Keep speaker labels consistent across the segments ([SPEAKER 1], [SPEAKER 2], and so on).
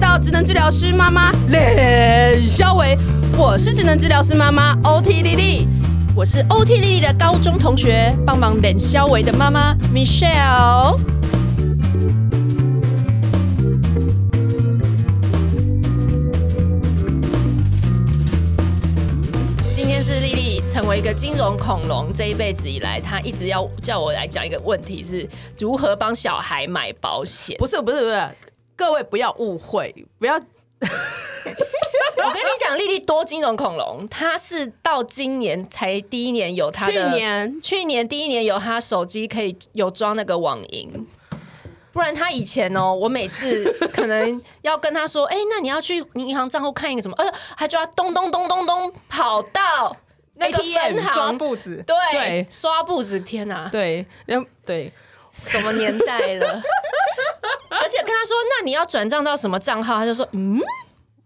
[SPEAKER 1] 到职能治疗师妈妈冷肖维，我是职能治疗师妈妈 OT 丽丽。
[SPEAKER 2] 我是 OT 丽丽的高中同学，帮忙冷肖维的妈妈 Michelle。今天是丽丽成为一个金融恐龙这一辈子以来，她一直要叫我来讲一个问题是如何帮小孩买保险。
[SPEAKER 1] 不是不是不是，各位不要误会，不要
[SPEAKER 2] 我跟你讲，丽丽多金融恐龙，她是到今年才第一年有她的，
[SPEAKER 1] 去年
[SPEAKER 2] 去年第一年有她手机可以有装那个网银。不然她以前哦，我每次可能要跟她说，哎、那你要去你银行账户看一个什么，呃，她就要咚咚咚咚咚跑到那个
[SPEAKER 3] ATM
[SPEAKER 2] 分
[SPEAKER 3] 刷
[SPEAKER 2] 行，
[SPEAKER 3] 步子，
[SPEAKER 2] 对，
[SPEAKER 1] 对
[SPEAKER 2] 刷步子，天哪、
[SPEAKER 1] 对，然后对，
[SPEAKER 2] 什么年代了？而且跟她说，那你要转账到什么账号，她就说，嗯，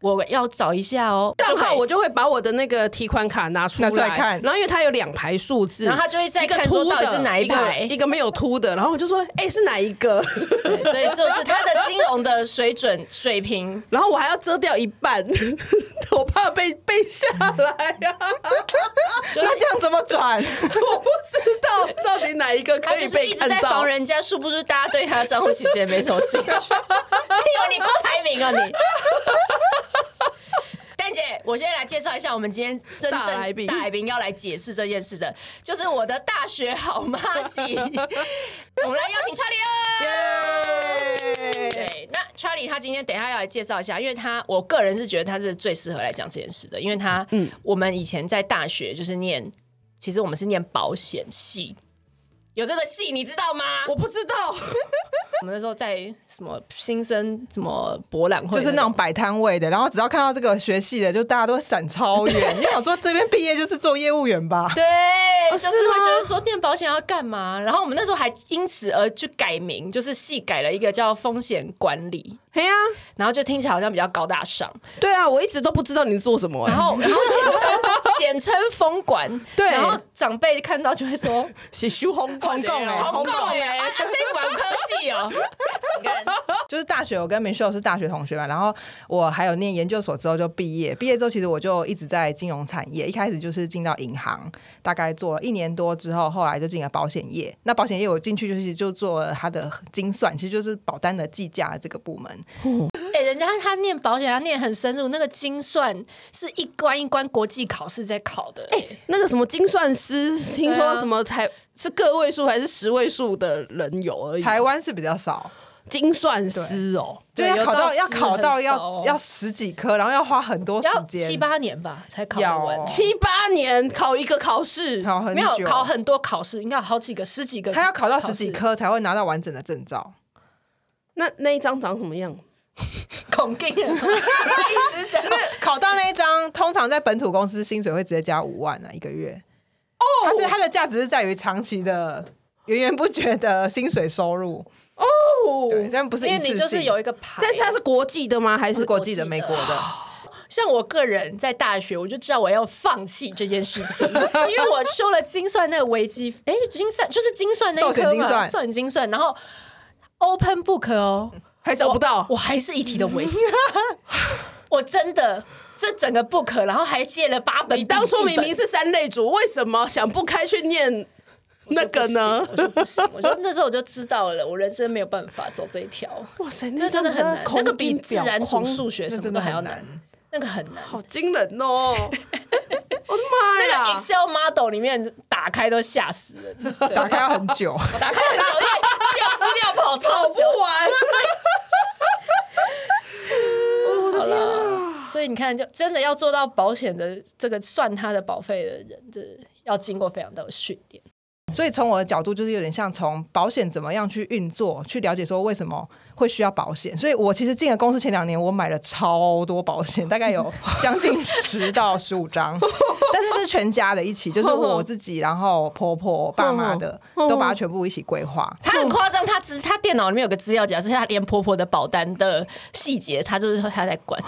[SPEAKER 2] 我要找一下哦，
[SPEAKER 1] 账
[SPEAKER 2] 就可
[SPEAKER 1] 号
[SPEAKER 2] 以
[SPEAKER 1] 我就会把我的那个提款卡拿出
[SPEAKER 3] 拿出来看
[SPEAKER 1] 然后因为它有两排数字，
[SPEAKER 2] 然后他就会再
[SPEAKER 1] 一个
[SPEAKER 2] 看说
[SPEAKER 1] 凸
[SPEAKER 2] 到底
[SPEAKER 1] 的
[SPEAKER 2] 是哪一
[SPEAKER 1] 个
[SPEAKER 2] 排
[SPEAKER 1] 一个没有凸的，然后我就说，哎、是哪一个？。
[SPEAKER 2] 对，所以就是他的金融的水准水平
[SPEAKER 1] 然后我还要遮掉一半， 我怕被被下来啊呀、
[SPEAKER 2] 就是
[SPEAKER 3] 那这样怎 么转？
[SPEAKER 1] 我不知道到底哪一个
[SPEAKER 2] 他
[SPEAKER 1] 可以
[SPEAKER 2] 就是一
[SPEAKER 1] 被
[SPEAKER 2] 直
[SPEAKER 1] 看
[SPEAKER 2] 在
[SPEAKER 1] 到
[SPEAKER 2] 防。人家，殊不知大家对他的账户其实也没什么兴趣。 你以为你郭台铭啊你？蛋姐，我现在来介绍一下我们今天真正
[SPEAKER 1] 大来宾
[SPEAKER 2] 大来宾要来解释这件事的，就是我的大学好妈 吉。我们来邀请 Charlie 哦了。对，那 Charlie 他今天等一下要来介绍一下，因为他我个人是觉得他是最适合来讲这件事的，因为他，嗯，我们以前在大学就是念，其实我们是念保险系，有这个系你知道吗？
[SPEAKER 1] 我不知道，
[SPEAKER 2] 我们那时候在什么新生什么博览会，
[SPEAKER 3] 就是那种。摆摊位的，然后只要看到这个学系的，就大家都会闪超远，因为想说这边毕业就是做业务 员吧。
[SPEAKER 2] 对，就是
[SPEAKER 1] 是吗
[SPEAKER 2] 会觉得说念保险要干嘛？然后我们那时候还因此而去改名，就是系改了一个叫风险管理，
[SPEAKER 1] 嘿呀、
[SPEAKER 2] 然后就听起来好像比较高大上。
[SPEAKER 1] 对啊，我一直都不知道你做什么、
[SPEAKER 2] 然
[SPEAKER 1] 哎，
[SPEAKER 2] 后然后简称简称风管，
[SPEAKER 1] 对
[SPEAKER 2] 然后长辈看到就会说
[SPEAKER 1] 是修红
[SPEAKER 3] 红
[SPEAKER 1] 红
[SPEAKER 3] 共哎
[SPEAKER 2] 好
[SPEAKER 3] 红
[SPEAKER 2] 够耶，啊，啊这管科系哦， 你看
[SPEAKER 3] 就是大学，我跟明秀是大学同学嘛，然后我还有念研究所之后就毕业，毕业之后其实我就一直在金融产业，一开始就是进到银行，大概做了一年多之后，后来就进了保险业。那保险业我进去就是就做它的精算，其实就是保单的计价这个部门。
[SPEAKER 2] 哎，人家他念保险，他念很深入，那个精算是一关一关国际考试在考的，哎，
[SPEAKER 1] 那个什么精算师，听
[SPEAKER 2] 对啊
[SPEAKER 1] 说什么才是个位数还是十位数的人有
[SPEAKER 2] 哎
[SPEAKER 1] 而已。
[SPEAKER 3] 台湾是比较少，
[SPEAKER 1] 精算师哦，
[SPEAKER 2] 对
[SPEAKER 3] 对，要考到
[SPEAKER 2] 有到
[SPEAKER 3] 要
[SPEAKER 2] 十
[SPEAKER 3] 考到
[SPEAKER 2] 很
[SPEAKER 3] 要、
[SPEAKER 2] 少哦
[SPEAKER 3] 要十几科，然后要花很多时
[SPEAKER 2] 要
[SPEAKER 3] 间，
[SPEAKER 2] 七八年吧才考得
[SPEAKER 3] 要
[SPEAKER 2] 完。
[SPEAKER 1] 七八年考一个考试，
[SPEAKER 3] 考很
[SPEAKER 2] 没有
[SPEAKER 3] 久，
[SPEAKER 2] 考很多考试，应该有好几个、十几个。
[SPEAKER 3] 他要考到十 几，科才会拿到完整的证照。
[SPEAKER 1] 那那一张长什么样？
[SPEAKER 2] 恐惊人， 一直讲。
[SPEAKER 3] 考到那一张，通常在本土公司薪水会直接加五万啊，一个月。哦，但是它的价值是在于长期的源源不绝的薪水收入，
[SPEAKER 1] 哦，
[SPEAKER 3] 对，但不是
[SPEAKER 2] 因为
[SPEAKER 3] 一次
[SPEAKER 2] 你就是
[SPEAKER 3] 性
[SPEAKER 2] 有一个牌，啊
[SPEAKER 1] 但是它是国际的吗？还
[SPEAKER 3] 是
[SPEAKER 1] 是
[SPEAKER 3] 国际的美国 的，
[SPEAKER 2] 像我个人在大学，我就知道我要放弃这件事情， 因为我修了精算那个微积，哎、精算就是精算那一
[SPEAKER 3] 寿
[SPEAKER 2] 科
[SPEAKER 3] 险精
[SPEAKER 2] 嘛，
[SPEAKER 3] 算
[SPEAKER 2] 寿险精算，然后 open book 哦，
[SPEAKER 1] 还找不到？
[SPEAKER 2] 我还是一题都不会写， 我真的这整个 book，然后还借了八本笔
[SPEAKER 1] 你
[SPEAKER 2] 记本，
[SPEAKER 1] 当初明明是三类组，为什么想不开去念那个呢？
[SPEAKER 2] 我就不行，我就那时候我就知道了，我人生没有办法走这一条，
[SPEAKER 1] 哇塞，
[SPEAKER 2] 那真的很难，那个比自然
[SPEAKER 1] 组
[SPEAKER 2] 组、数学什
[SPEAKER 3] 那
[SPEAKER 2] 么
[SPEAKER 3] 真
[SPEAKER 2] 都
[SPEAKER 3] 的
[SPEAKER 2] 还要
[SPEAKER 3] 很
[SPEAKER 2] 难，那个很难。
[SPEAKER 1] 好惊人哦！ 我的妈
[SPEAKER 2] 那个
[SPEAKER 1] 呀！
[SPEAKER 2] Excel model 里面打开都吓死人，
[SPEAKER 3] 打开要很久。
[SPEAKER 2] 打开很久，因为教资料跑超久。
[SPEAKER 1] 不玩，
[SPEAKER 2] 好了， 所以你看，就真的要做到保险的这个算他的保费的人，这要经过非常大的训练。
[SPEAKER 3] 所以从我的角度，就是有点像从保险怎么样去运作，去了解说为什么会需要保险。所以我其实进了公司前两年，我买了超多保险，大概有将近十到十五 张，但是是全家的一起，就是我自己，然后婆婆、爸妈的，都把它全部一起规划。
[SPEAKER 2] 他很夸张，他只他电脑里面有个资料夹，是他连婆婆的保单的细节，他就是说他在管，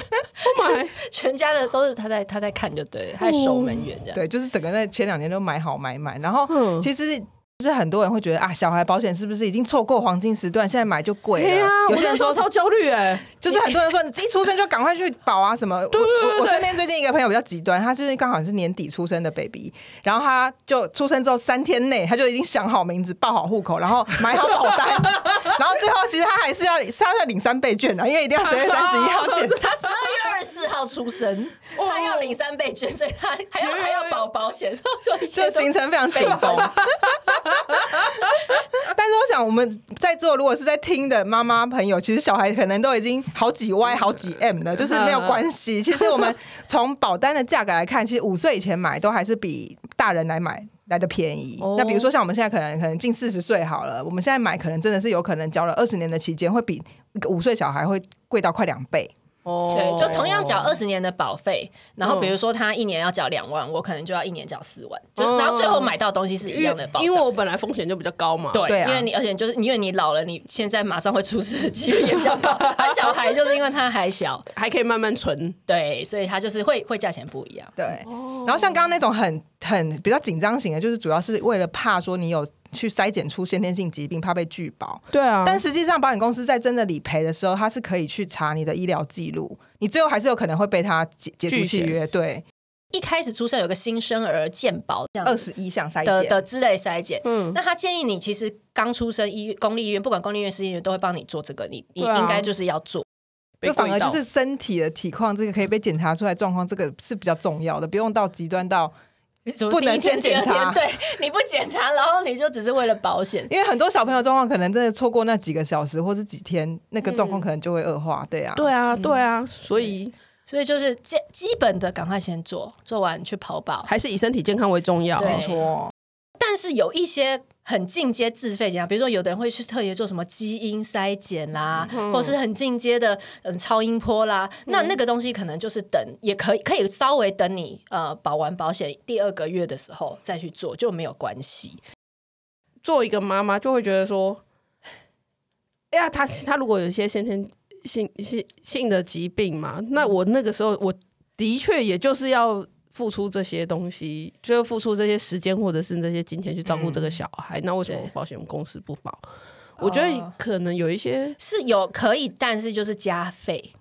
[SPEAKER 1] 不买。
[SPEAKER 2] 全家的都是他在他哦在看就对了，他在守门员这样。
[SPEAKER 1] 嗯
[SPEAKER 3] 对，就是整个那前两年都买好买满，然后其实。就是很多人会觉得啊，小孩保险是不是已经错过黄金时段，现在买就贵
[SPEAKER 1] 对
[SPEAKER 3] 了
[SPEAKER 1] 哎
[SPEAKER 2] 啊
[SPEAKER 1] 呀，？
[SPEAKER 3] 有
[SPEAKER 1] 我
[SPEAKER 3] 些
[SPEAKER 1] 那
[SPEAKER 3] 人
[SPEAKER 1] 时候
[SPEAKER 3] 说，
[SPEAKER 1] 超焦虑哎，
[SPEAKER 3] 就是很多人说，你一出生就赶快去保啊什么。对
[SPEAKER 1] 对对
[SPEAKER 3] 我我身边最近一个朋友比较极端，他就是刚好是年底出生的 baby，然后他就出生之后三天内他就已经想好名字、报好户口，然后买好保 单，然后最后其实他还是要是他要领三倍券啊，因为一定要十月三十一号前。
[SPEAKER 2] 他十二月二十四号出生，
[SPEAKER 1] 哦
[SPEAKER 2] 他要领三倍券，所以他还要
[SPEAKER 1] 有有有
[SPEAKER 2] 还要保保险，所以说一
[SPEAKER 3] 这
[SPEAKER 2] 切都
[SPEAKER 3] 行程非常紧绷。 但是我想，我们在座如果是在听的妈妈朋友，其实小孩可能都已经好几 Y、好几 M 了，就是没有关系。其实我们从保单的价格来看，其实五岁以前买都还是比大人来买。来的便宜，
[SPEAKER 1] 哦
[SPEAKER 3] 那比如说像我们现在可能可能近四十岁好了，我们现在买可能真的是有可能交了二十年的期间，会比一个五岁小孩会贵到快两倍。
[SPEAKER 1] 哦嗯
[SPEAKER 2] 对，就同样缴二十年的保费，然后比如说他一年要缴两万，我可能就要一年缴四万，就是然后最后买到的东西是一样的保
[SPEAKER 1] 嗯
[SPEAKER 2] 障。
[SPEAKER 1] 因为我本来风险就比较高嘛，
[SPEAKER 2] 对，
[SPEAKER 3] 对啊
[SPEAKER 2] 因为你而且就是因为你老了，你现在马上会出事的几率也比较高。他小孩就是因为他还小，
[SPEAKER 1] 还可以慢慢存，
[SPEAKER 2] 对，所以他就是会会价钱不一样。
[SPEAKER 3] 对，
[SPEAKER 1] 哦
[SPEAKER 3] 然后像刚刚那种很很比较紧张型的，就是主要是为了怕说你有去筛检出先天性疾病，怕被拒保。
[SPEAKER 1] 对啊
[SPEAKER 3] 但实际上，保险公司在真的理赔的时候，它是可以去查你的医疗记录，你最后还是有可能会被他解解除
[SPEAKER 1] 拒
[SPEAKER 3] 契
[SPEAKER 1] 险
[SPEAKER 3] 约。对，
[SPEAKER 2] 一开始出生有个新生儿健保这样
[SPEAKER 3] 二十一项筛
[SPEAKER 2] 的
[SPEAKER 3] 检，
[SPEAKER 2] 的之类筛检，
[SPEAKER 1] 嗯
[SPEAKER 2] 那他建议你其实刚出生医院公立医院，不管公立医院私立医院都会帮你做这个，你你
[SPEAKER 1] 对啊
[SPEAKER 2] 应该就是要做。
[SPEAKER 3] 就反而就
[SPEAKER 1] 被
[SPEAKER 3] 是
[SPEAKER 1] 贵
[SPEAKER 3] 身体的体况，这个可以被检查出来状况，这个是比较重要的，不用到极端到，
[SPEAKER 2] 怎么
[SPEAKER 3] 不能
[SPEAKER 2] 第一天
[SPEAKER 3] 先检
[SPEAKER 2] 第二
[SPEAKER 3] 查
[SPEAKER 2] 天对，你不检查，然后你就只是为了保险。
[SPEAKER 3] 因为很多小朋友状况可能真的错过那几个小时或是几天，那个状况可能就会恶化。对
[SPEAKER 1] 到，
[SPEAKER 3] 啊，
[SPEAKER 1] 嗯对
[SPEAKER 2] 嗯
[SPEAKER 1] 啊对啊，所以
[SPEAKER 2] 所以就是基基本的赶快先做，做完去跑保。
[SPEAKER 1] 还是以身体健康为重要。
[SPEAKER 2] 对
[SPEAKER 3] 没错。
[SPEAKER 2] 但是有一些很进阶自费检查，比如说有的人会去特别做什么基因筛检啦，
[SPEAKER 3] 嗯
[SPEAKER 2] 或是很进阶的嗯超音波啦，那那个东西可能就是等也可以可以稍微等你呃保完保险第二个月的时候再去做就没有关系。
[SPEAKER 1] 做一个妈妈就会觉得说，哎呀，她她如果有一些先天性性性的疾病嘛，那我那个时候我的确也就是要付出这些东西，就是付出这些时间或者是那些金钱去照顾这个小孩。那为什么
[SPEAKER 2] 嗯对
[SPEAKER 1] 保险公司不保？我觉得
[SPEAKER 2] 哦
[SPEAKER 1] 可能有一些，
[SPEAKER 2] 是有可以，但是就是加费，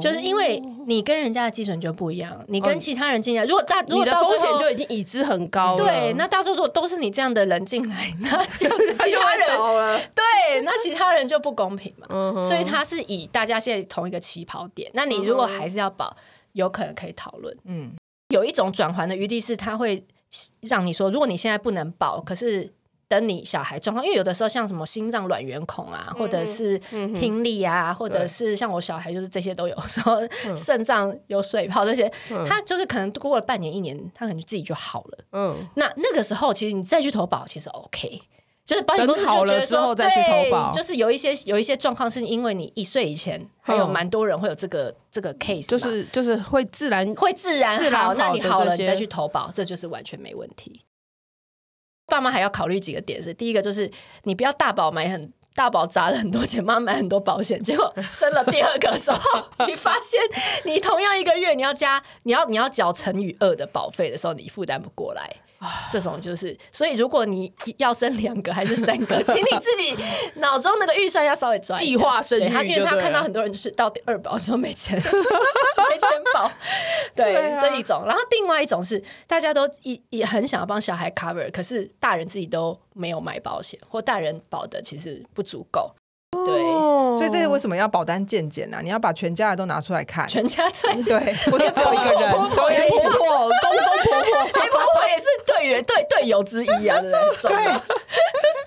[SPEAKER 2] 就是因为你跟人家的基准就不一样，你
[SPEAKER 1] 哦
[SPEAKER 2] 跟其他人进来，如果大如
[SPEAKER 1] 你
[SPEAKER 2] 果
[SPEAKER 1] 的
[SPEAKER 2] 到
[SPEAKER 1] 风
[SPEAKER 2] 最
[SPEAKER 1] 险
[SPEAKER 2] 后
[SPEAKER 1] 就已经已知很高了，
[SPEAKER 2] 对，那到时候如果都是你这样的人进来， 那这样子
[SPEAKER 1] 他
[SPEAKER 2] 其
[SPEAKER 1] 就会
[SPEAKER 2] 他人
[SPEAKER 1] 倒了。
[SPEAKER 2] 对，那其他人就不公平嘛。
[SPEAKER 1] 嗯哼
[SPEAKER 2] 所以他是以大家现在同一个起跑点。那你
[SPEAKER 1] 嗯
[SPEAKER 2] 如果还是要保，有可能可以讨论。
[SPEAKER 3] 嗯，
[SPEAKER 2] 有一种转圜的余地是，他会让你说，如果你现在不能保，可是等你小孩状况，因为有的时候像什么心脏卵圆孔啊，
[SPEAKER 1] 嗯
[SPEAKER 2] 或者是听力啊，或者是像我小孩就是这些都有，什么肾脏有水泡这些，他就是可能过了半年一年，他可能自己就好了。
[SPEAKER 1] 嗯，
[SPEAKER 2] 那那个时候，其实你再去投保，其实 OK，就是保险公司
[SPEAKER 1] 等好
[SPEAKER 2] 就觉
[SPEAKER 1] 了
[SPEAKER 2] 得
[SPEAKER 1] 之
[SPEAKER 2] 说，
[SPEAKER 1] 后再去投保
[SPEAKER 2] 对就是有一些有一些状况是因为你一岁以前，还有蛮多人会有这个这个 case，嘛
[SPEAKER 1] 嗯就是就是会自然
[SPEAKER 2] 啊会自然好，
[SPEAKER 1] 自然好
[SPEAKER 2] 那你
[SPEAKER 1] 的
[SPEAKER 2] 好
[SPEAKER 1] 这
[SPEAKER 2] 了
[SPEAKER 1] 些
[SPEAKER 2] 你再去投保，这就是完全没问题。爸妈还要考虑几个点是，第一个就是你不要大保买很。大保砸了很多钱，妈买很多保险，结果生了第二个的时候， 你发现 你同样一个月你要加，你要你要缴乘以二的保费的时候，你负担不过来。
[SPEAKER 1] 啊
[SPEAKER 2] 这种就是，所以如果你要生两个还是三个，请你自己脑中那个预算要稍微抓一下
[SPEAKER 1] 计划生育
[SPEAKER 2] 对他因为
[SPEAKER 1] 就
[SPEAKER 2] 他
[SPEAKER 1] 对
[SPEAKER 2] 看
[SPEAKER 1] 了
[SPEAKER 2] 到很多人就是到第二保的时候没钱， 没钱 保，对
[SPEAKER 1] 对啊
[SPEAKER 2] 这一种。然后另外一种是，大家都也也很想要帮小孩 cover，可是大人自己都没有买保险，或大人保的其实不足够。对，
[SPEAKER 1] 哦
[SPEAKER 3] 所以这是为什么要保单健检啊呢？你要把哦全家的都拿出来看，
[SPEAKER 2] 全家对。
[SPEAKER 3] 对， 不是只有一个 人，都
[SPEAKER 2] 啊
[SPEAKER 1] 公
[SPEAKER 3] 一
[SPEAKER 1] 公
[SPEAKER 3] 起
[SPEAKER 1] 婆婆、公公婆婆，
[SPEAKER 2] 哎， 婆婆也是队员队队友之一啊，对不对？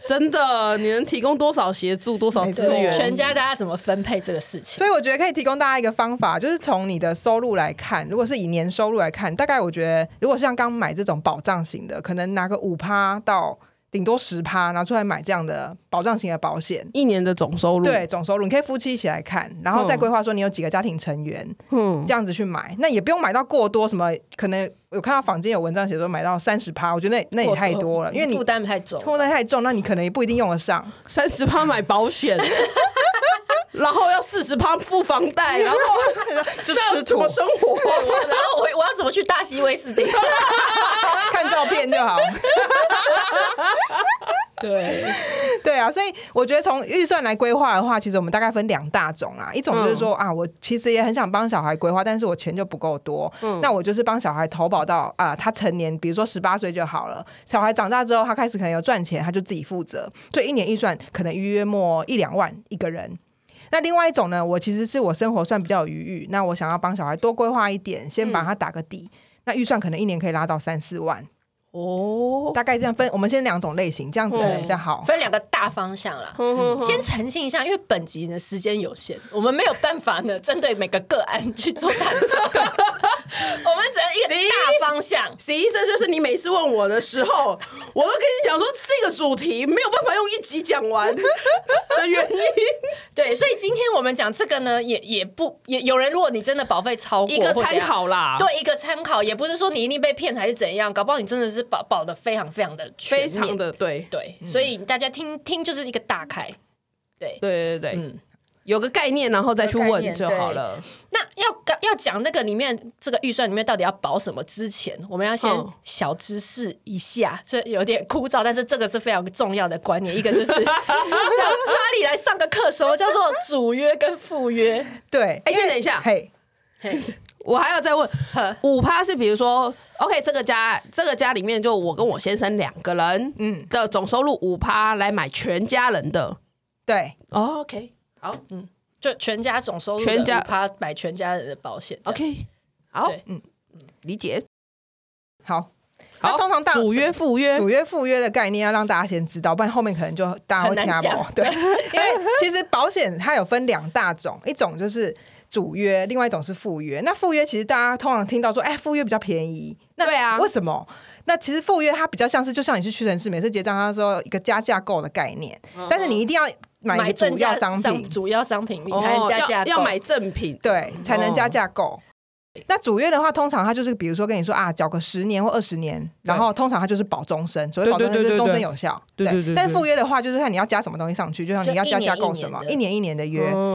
[SPEAKER 1] 真的，你能提供多少协助、多少资
[SPEAKER 3] 没
[SPEAKER 1] 源？
[SPEAKER 3] 错
[SPEAKER 2] 全家大家怎么分配这个事情？
[SPEAKER 3] 所以我觉得可以提供大家一个方法，就是从你的收入来看，如果是以年收入来看，大概我觉得如果像刚买这种保障型的，可能拿个五趴到顶多十趴拿出来买这样的保障型的保险。
[SPEAKER 1] 一年的总收入，
[SPEAKER 3] 对，总收入，你可以夫妻一起来看，然后再
[SPEAKER 1] 嗯
[SPEAKER 3] 规划说你有几个家庭成员，
[SPEAKER 1] 嗯，
[SPEAKER 3] 这样子去买，那也不用买到过多，什么可能有看到坊间有文章写说买到三十趴，我觉得那那也太多了，因为你
[SPEAKER 2] 负担太重，
[SPEAKER 3] 负担太重，那你可能也不一定用得上。
[SPEAKER 1] 三十趴买保险， 然后要四十趴付房贷，然后
[SPEAKER 3] 就
[SPEAKER 1] 那
[SPEAKER 3] 吃
[SPEAKER 1] 怎
[SPEAKER 3] 土
[SPEAKER 1] 么，生活？
[SPEAKER 2] 然后 我我要怎么去 大西威士汀？
[SPEAKER 3] 看照片就好。
[SPEAKER 2] 对，
[SPEAKER 3] 对啊，所以我觉得从预算来规划的话，其实我们大概分两大种啦。一种就是说、啊，我其实也很想帮小孩规划，但是我钱就不够多，
[SPEAKER 1] 嗯
[SPEAKER 3] 那我就是帮小孩投保到啊、他成年，比如说十八岁就好了。小孩长大之后，他开始可能有赚钱，他就自己负责，所以一年预算可能约莫一两万一个人。那另外一种呢，我其实是我生活算比较有余裕，那我想要帮小孩多规划一点，先把它打个底。那预算可能一年可以拉到三四万，
[SPEAKER 1] 哦，
[SPEAKER 3] 大概这样分。我们先两种类型，这样子可能比较好。
[SPEAKER 2] 分两个大方向啦。先澄清一下，因为本集呢时间有限，我们没有办法呢针对每个个案去做探讨， 我们只能一个大方向。
[SPEAKER 1] 行，这就是你每次问我的时候，我都跟你讲说这个主题没有办法用一集讲完的原因，
[SPEAKER 2] 对，所以今天我们讲这个呢，也也不也有人，如果你真的保费超过
[SPEAKER 1] 一个
[SPEAKER 2] 或怎
[SPEAKER 1] 参
[SPEAKER 2] 样
[SPEAKER 1] 考啦。，
[SPEAKER 2] 对一个参考，也不是说你一定被骗还是怎样，搞不好你真的是保保的非常非常的全
[SPEAKER 1] 非
[SPEAKER 2] 面
[SPEAKER 1] 常的对，
[SPEAKER 2] 对，所以大家听听就是一个大概。对，
[SPEAKER 1] 对对对
[SPEAKER 2] 嗯，
[SPEAKER 1] 有个概念，然后再去
[SPEAKER 2] 有个概念
[SPEAKER 1] 问就好了。
[SPEAKER 2] 那要要讲那个里面这个预算里面到底要保什么之前，我们要先
[SPEAKER 1] 嗯
[SPEAKER 2] 小知识一下，所以有点枯燥，但是这个是非常重要的观 念。一个就是让查理来上个课，什么叫做主约跟副约？
[SPEAKER 3] 对，
[SPEAKER 1] 哎
[SPEAKER 3] 因为
[SPEAKER 1] 先等一下
[SPEAKER 3] 嘿，
[SPEAKER 1] 我还要再问
[SPEAKER 2] 呵，
[SPEAKER 1] 五趴是比如说，OK，这个家这个家里面就我跟我先生两个人，嗯
[SPEAKER 3] 嗯，
[SPEAKER 1] 的总收入五趴来买全家人的。
[SPEAKER 3] 对，
[SPEAKER 1] 哦、o k 好
[SPEAKER 2] 就全家总收入
[SPEAKER 1] 全家
[SPEAKER 2] 他买全家人的保险这样。
[SPEAKER 1] ，OK，好
[SPEAKER 2] 对，
[SPEAKER 1] 嗯，理解。
[SPEAKER 3] 好。
[SPEAKER 1] 好
[SPEAKER 3] 那通常大
[SPEAKER 1] 主约赴约，
[SPEAKER 3] 主约赴约的概念要让大家先知道，不然后面可能就大家会
[SPEAKER 2] 很难
[SPEAKER 3] 听啊不懂
[SPEAKER 2] 讲。
[SPEAKER 3] 对，因为其实保险它有分两大种，一种就是主约，另外一种是赴约。那赴约其实大家通常听到说，哎，赴约比较便宜。那
[SPEAKER 1] 对啊
[SPEAKER 3] 为什么？那其实赴约它比较像是，就像你去屈臣氏每次结账，它说一个加价购的概念，
[SPEAKER 1] 嗯
[SPEAKER 3] 但是你一定要买一
[SPEAKER 2] 买
[SPEAKER 3] 个
[SPEAKER 2] 正
[SPEAKER 3] 主要
[SPEAKER 2] 价
[SPEAKER 3] 商品，
[SPEAKER 2] 主要商品，你
[SPEAKER 1] 哦
[SPEAKER 2] 才能加价、
[SPEAKER 1] 要要买，正品，
[SPEAKER 3] 对，才能
[SPEAKER 1] 哦
[SPEAKER 3] 加价购。那主约的话，通常它就是比如说跟你说啊，缴个十年或二十年，然后通常它就是保终身，所谓保终身
[SPEAKER 1] 对对
[SPEAKER 3] 就
[SPEAKER 1] 对
[SPEAKER 3] 是终
[SPEAKER 1] 对
[SPEAKER 3] 身有效。
[SPEAKER 1] 对对对对
[SPEAKER 3] 但赴约的话，就是看你要加什么东西上去，就像
[SPEAKER 2] 就
[SPEAKER 3] 你要
[SPEAKER 2] 一
[SPEAKER 3] 加
[SPEAKER 2] 年
[SPEAKER 3] 加
[SPEAKER 2] 一
[SPEAKER 3] 购
[SPEAKER 2] 年
[SPEAKER 3] 什么，
[SPEAKER 2] 的
[SPEAKER 3] 一年一年的约。
[SPEAKER 1] 嗯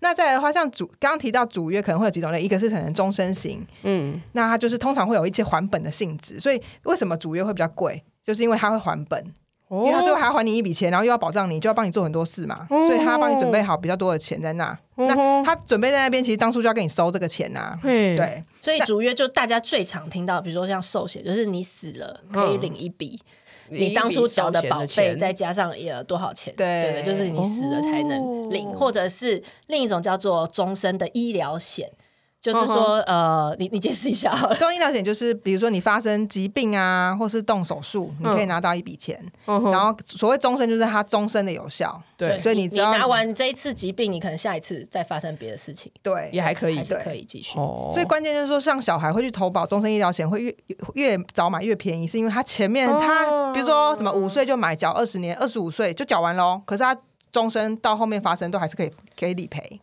[SPEAKER 3] 那再来的话，像主刚刚提到主约可能会有几种类，一个是可能终身型，
[SPEAKER 1] 嗯，
[SPEAKER 3] 那它就是通常会有一些还本的性质，所以为什么主约会比较贵？就是因为它会还本，
[SPEAKER 1] 嗯哦
[SPEAKER 3] 因为它最后还要还你一笔钱，然后又要保障你，就要帮你做很多事嘛，所以他要帮你准备好比较多的钱在那。
[SPEAKER 1] 哦
[SPEAKER 3] 那他准备在那边，其实当初就要跟你收这个钱啊呐、
[SPEAKER 1] 嘿，
[SPEAKER 3] 对，
[SPEAKER 2] 所以主约就大家最常听到，比如说像寿险，就是你死了可以领一笔、
[SPEAKER 1] 嗯
[SPEAKER 2] 你当初缴的保费，再加上呃多少钱？
[SPEAKER 3] 对
[SPEAKER 2] 对，就是你死了才能领，或者是另一种叫做终身的医疗险，就是说、呃，你你解释一下好了。
[SPEAKER 3] 中医疗险就是比如说你发生疾病啊，或是动手术，你可以拿到一笔钱，然后所谓终身就是它终身的有效，
[SPEAKER 1] 对
[SPEAKER 3] 所以
[SPEAKER 2] 你
[SPEAKER 3] 只要
[SPEAKER 2] 拿完这一次疾病，你可能下一次再发生别的事情，
[SPEAKER 3] 对
[SPEAKER 1] 也还可以
[SPEAKER 2] 还是
[SPEAKER 3] 对
[SPEAKER 2] 可以继续。
[SPEAKER 1] 哦
[SPEAKER 3] 所以关键就是说，像小孩会去投保终身医疗险，会越越早买越便宜，是因为他前面他比如说什么五岁就买缴二十年，二十五岁就缴完喽，可是他终身到后面发生都还是可以可以理赔。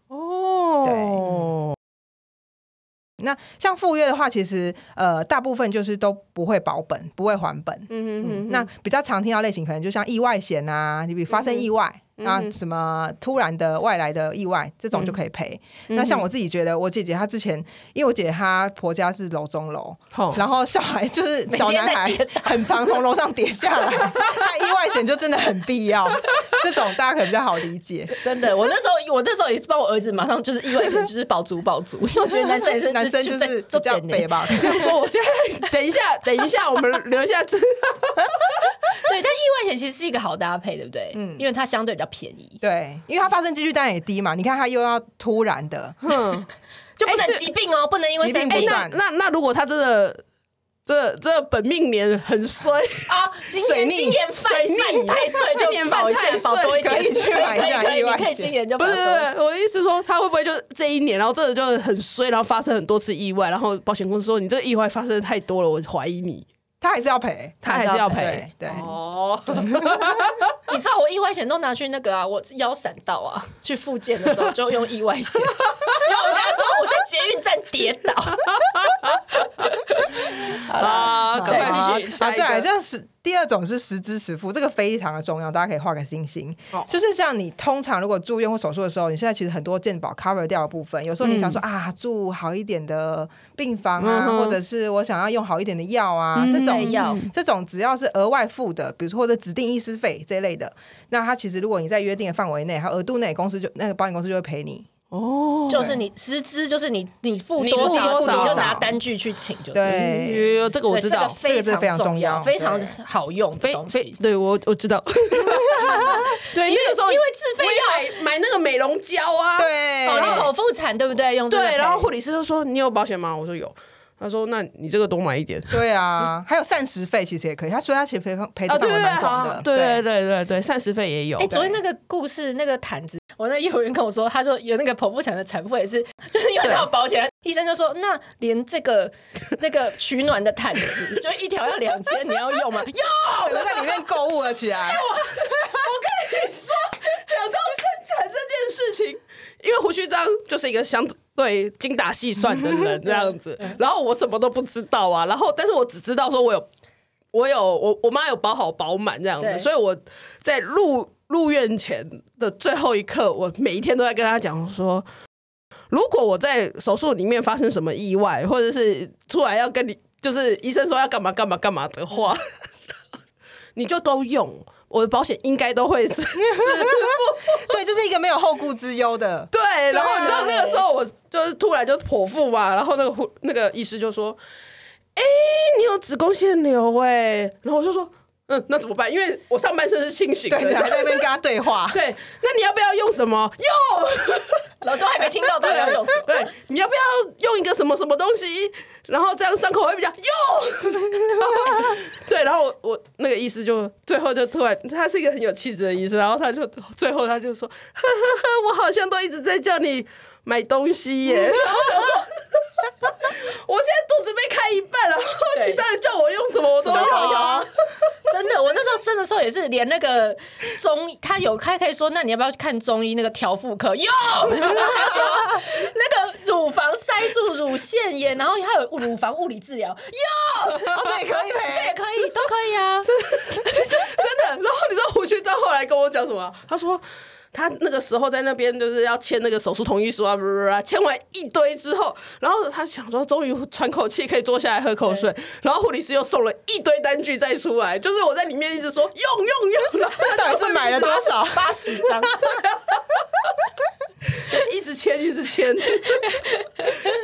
[SPEAKER 1] 哦，
[SPEAKER 3] 那像赴约的话，其实呃大部分就是都不会保本，不会还本。
[SPEAKER 1] 对，嗯
[SPEAKER 3] 嗯，那比较常听到类型可能就像意外险啊，你比如发生意外。啊，什么突然的外来的意外，这种就可以赔。那
[SPEAKER 1] 嗯
[SPEAKER 3] 像我自己觉得，我姐姐她之前，因为我姐姐她婆家是楼中楼，
[SPEAKER 1] 好，
[SPEAKER 3] 然后小孩就是小男
[SPEAKER 2] 每
[SPEAKER 3] 孩
[SPEAKER 2] 天在跌，
[SPEAKER 3] 很常从楼上跌下来，那意外险就真的很必要。这种大家可能比较好理解，
[SPEAKER 2] 真的，我那时候我那时候也是帮我儿子，马上就是意外险，就是保足保足，因为我觉得男生也是
[SPEAKER 3] 男生
[SPEAKER 2] 就
[SPEAKER 3] 就是
[SPEAKER 2] 就
[SPEAKER 3] 比较
[SPEAKER 2] 整年
[SPEAKER 3] 北吧。
[SPEAKER 1] 这样说，我现在等一下，等一下，我们留下这，
[SPEAKER 2] 对，但意外险其实是一个好搭配，对不对？嗯，因为它相对比较便宜，
[SPEAKER 3] 对，因为它发生几率当然也低嘛。你看它又要突然的，
[SPEAKER 1] 嗯，
[SPEAKER 2] 就不
[SPEAKER 1] 哎
[SPEAKER 2] 能
[SPEAKER 1] 是
[SPEAKER 2] 疾病哦，不能因为
[SPEAKER 3] 疾病
[SPEAKER 2] 生
[SPEAKER 3] 不
[SPEAKER 2] 哎那
[SPEAKER 3] 算
[SPEAKER 1] 那那那如果他真的。这这本命年很 衰，
[SPEAKER 2] 啊，今
[SPEAKER 3] 水
[SPEAKER 2] 年
[SPEAKER 3] 逆
[SPEAKER 2] 今年犯
[SPEAKER 1] 水逆
[SPEAKER 2] 犯太岁，
[SPEAKER 1] 今年
[SPEAKER 2] 就保一
[SPEAKER 1] 犯
[SPEAKER 2] 下
[SPEAKER 1] 太，岁
[SPEAKER 2] 保多一点，
[SPEAKER 3] 可以去买一下
[SPEAKER 2] 可以，
[SPEAKER 3] 意
[SPEAKER 2] 可以
[SPEAKER 3] 外
[SPEAKER 2] 你可以
[SPEAKER 3] 险
[SPEAKER 2] 今年就
[SPEAKER 1] 不
[SPEAKER 2] 保
[SPEAKER 1] 是
[SPEAKER 2] 多
[SPEAKER 1] 不是，
[SPEAKER 2] 一点。
[SPEAKER 1] 不是我的意思说他会不会就这一年，然后真的就很衰，然后发生很多次意外，然后保险公司说你这个意外发生的太多了，我怀疑你，
[SPEAKER 3] 它还是要赔。
[SPEAKER 1] 他还是要赔
[SPEAKER 3] 对。对，
[SPEAKER 1] 哦，
[SPEAKER 2] 你知道我意外险都拿去那个啊，我腰闪到啊，去复健的时候就用意外险， 然后我跟他说我在捷运站跌倒，好啦
[SPEAKER 1] 啊，
[SPEAKER 2] 对
[SPEAKER 1] 赶快
[SPEAKER 2] 继续去
[SPEAKER 3] 啊，
[SPEAKER 1] 下一
[SPEAKER 3] 再来，
[SPEAKER 1] 个
[SPEAKER 3] 这样是第二种是实支实付，这个非常的重要，大家可以画个星星。
[SPEAKER 1] 哦
[SPEAKER 3] 就是像你通常如果住院或手术的时候，你现在其实很多健保 cover 掉的部分，有时候你想说、啊，住好一点的病房
[SPEAKER 1] 嗯
[SPEAKER 3] 啊，
[SPEAKER 1] 哼嗯
[SPEAKER 3] 或者是我想要用好一点的药啊，这
[SPEAKER 2] 买
[SPEAKER 3] 种。
[SPEAKER 2] 药，
[SPEAKER 3] 这种只要是额外付的，比如说或者指定医师费这一类的，那它其实如果你在约定的范围内，它额度内，公司就那个保险公司就会 赔你。
[SPEAKER 1] 哦，
[SPEAKER 2] 就是你师资，就是你你付
[SPEAKER 1] 你
[SPEAKER 2] 多
[SPEAKER 1] 付
[SPEAKER 2] 少，
[SPEAKER 1] 多
[SPEAKER 2] 你
[SPEAKER 1] 少
[SPEAKER 2] 就拿单据去请就对。
[SPEAKER 3] 对，
[SPEAKER 1] 有哎有这个我
[SPEAKER 2] 所以
[SPEAKER 1] 知
[SPEAKER 2] 这个
[SPEAKER 1] 道，
[SPEAKER 2] 非
[SPEAKER 3] 这个是非
[SPEAKER 2] 常
[SPEAKER 3] 常
[SPEAKER 2] 重
[SPEAKER 3] 重要
[SPEAKER 2] 要，非常
[SPEAKER 3] 对
[SPEAKER 2] 好用的
[SPEAKER 1] 非
[SPEAKER 2] 东
[SPEAKER 1] 非
[SPEAKER 2] 西。
[SPEAKER 1] 对我我知道， 对，因为有时候
[SPEAKER 2] 因为自费
[SPEAKER 1] 我也买买那个美容胶啊，
[SPEAKER 3] 对，
[SPEAKER 2] 哦，你口腹产对不对？用这个
[SPEAKER 1] 对，然后
[SPEAKER 2] 可以
[SPEAKER 1] 护理师就说你有保险吗？我说有，他说那你这个多买一点。
[SPEAKER 3] 对啊，还有膳食费其实也可以，他说他其实赔赔的
[SPEAKER 1] 啊，对
[SPEAKER 3] 范
[SPEAKER 1] 对
[SPEAKER 3] 围
[SPEAKER 1] 对，
[SPEAKER 3] 蛮广的
[SPEAKER 1] 好，对对对对对，膳食费也有
[SPEAKER 2] 哎、，昨天那个故事，那个毯子，我那业务员跟我说，他说有那个剖腹产的产妇也是，就是因为她有保险，医生就说，那连这个那个取暖的毯子，就一条要两千，你要用吗？要，
[SPEAKER 3] 整个在里面购物了起来。
[SPEAKER 1] 讲到生产这件事情，因为胡须章就是一个相对精打细算的人这样子，然后我什么都不知道啊，然后但是我只知道说我有我有我我妈有保好保满这样
[SPEAKER 2] 对
[SPEAKER 1] 子，所以我在入入院前的最后一刻，我每一天都在跟她讲说。如果我在手术里面发生什么意外，或者是突然要跟你，就是医生说要干嘛干嘛干嘛的话， 你就都用我的保险，应该都会是
[SPEAKER 3] 对，就是一个没有后顾之忧的。
[SPEAKER 1] 对，然后你知道那个时候我就是突然就剖腹嘛，然后那个护那个医师就说：“哎、你有子宫腺瘤哎、然后我就说：“嗯，那怎么办？因为我上半身是清醒的。，
[SPEAKER 3] 对，啊你还在那边跟他对话
[SPEAKER 1] 对，那你要不要用什么？用，
[SPEAKER 2] 老都还没听到大家用什么。
[SPEAKER 1] 对，你要不要用一个什么什么东西？然后这样伤口会比较用。 对，然后我我那个医师就最后就突然，他是一个很有气质的医师，然后他就最后他就说： 哈哈哈，我好像都一直在叫你买东西 耶。然后 我说，我现在肚子被开一半了，然后你
[SPEAKER 2] 对
[SPEAKER 1] 到底叫我用什么我都
[SPEAKER 2] 什么都
[SPEAKER 1] 要
[SPEAKER 2] 有
[SPEAKER 1] 啊
[SPEAKER 2] 啊。真的，我那时候生的时候也是连那个中医，他有开可以说，那你要不要去看中医那个调妇科？有，他说那个乳房塞住乳腺炎，然后还有乳房物理治疗，
[SPEAKER 3] 哦这也可 以
[SPEAKER 2] 这
[SPEAKER 3] 赔。
[SPEAKER 2] 也可以，都可以啊。
[SPEAKER 1] 真的。然后你知道胡须章后来跟我讲什么？他说。他那个时候在那边就是要签那个手术同意书啊，不不不，签完一堆之后，然后他想说终于喘口气，可以坐下来喝口水。然后护理师又送了一堆单据再出来，就是我在里面一直说用用用，然后他
[SPEAKER 3] 到底是买了多少？
[SPEAKER 2] 八十 张，
[SPEAKER 1] 一直签一直签。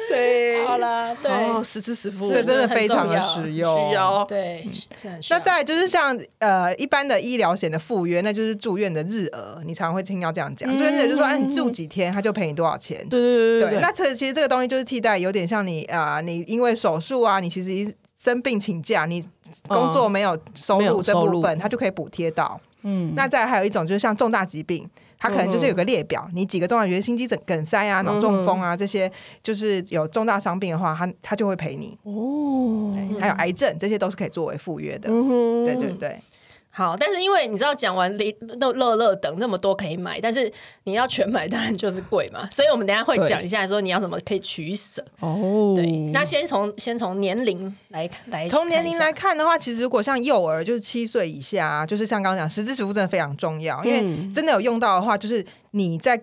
[SPEAKER 1] 对，
[SPEAKER 2] 好啦，对、
[SPEAKER 1] 哦，实支实付，
[SPEAKER 3] 这真的
[SPEAKER 2] 很
[SPEAKER 3] 非常
[SPEAKER 2] 重
[SPEAKER 3] 的
[SPEAKER 2] 要
[SPEAKER 3] 实用。
[SPEAKER 1] 需要。
[SPEAKER 2] 对，是很需要
[SPEAKER 3] 那再来就是像呃一般的医疗险的附约，那就是住院的日额，你常会听到这样讲。住院日额就说，哎、你住几天，他就赔你多少钱。
[SPEAKER 1] 对对对
[SPEAKER 3] 对，那这其实这个东西就是替代，有点像你啊、呃你因为手术啊，你其实一生病请假，你工作没有
[SPEAKER 1] 嗯
[SPEAKER 3] 收
[SPEAKER 1] 没
[SPEAKER 3] 入
[SPEAKER 1] 有
[SPEAKER 3] 这
[SPEAKER 1] 收
[SPEAKER 3] 部
[SPEAKER 1] 入
[SPEAKER 3] 分，它就可以补贴到。
[SPEAKER 1] 嗯
[SPEAKER 3] 那再来还有一种就是像重大疾病，它可能就是有个列表，你几个重大疾病，心肌梗梗塞啊、脑中风
[SPEAKER 1] 嗯
[SPEAKER 3] 啊这些，就是有重大伤病的话，它它就会赔你。
[SPEAKER 1] 哦，
[SPEAKER 3] 对还有癌症，这些都是可以作为附约的。
[SPEAKER 1] 嗯哼
[SPEAKER 3] 对对对，
[SPEAKER 2] 好，但是因为你知道讲完零乐乐乐等那么多可以买，但是你要全买当然就是贵嘛，所以我们等一下会
[SPEAKER 1] 对
[SPEAKER 2] 讲一下说你要怎么可以取舍。
[SPEAKER 1] 哦
[SPEAKER 2] 对，那先从先从年龄来来
[SPEAKER 3] 从年龄
[SPEAKER 2] 看一
[SPEAKER 3] 来
[SPEAKER 2] 下，
[SPEAKER 3] 看的话，其实如果像幼儿，就是七岁以下啊，就是像刚刚讲，实质实付真的非常重要，因
[SPEAKER 2] 嗯
[SPEAKER 3] 为真的有用到的话，就是你在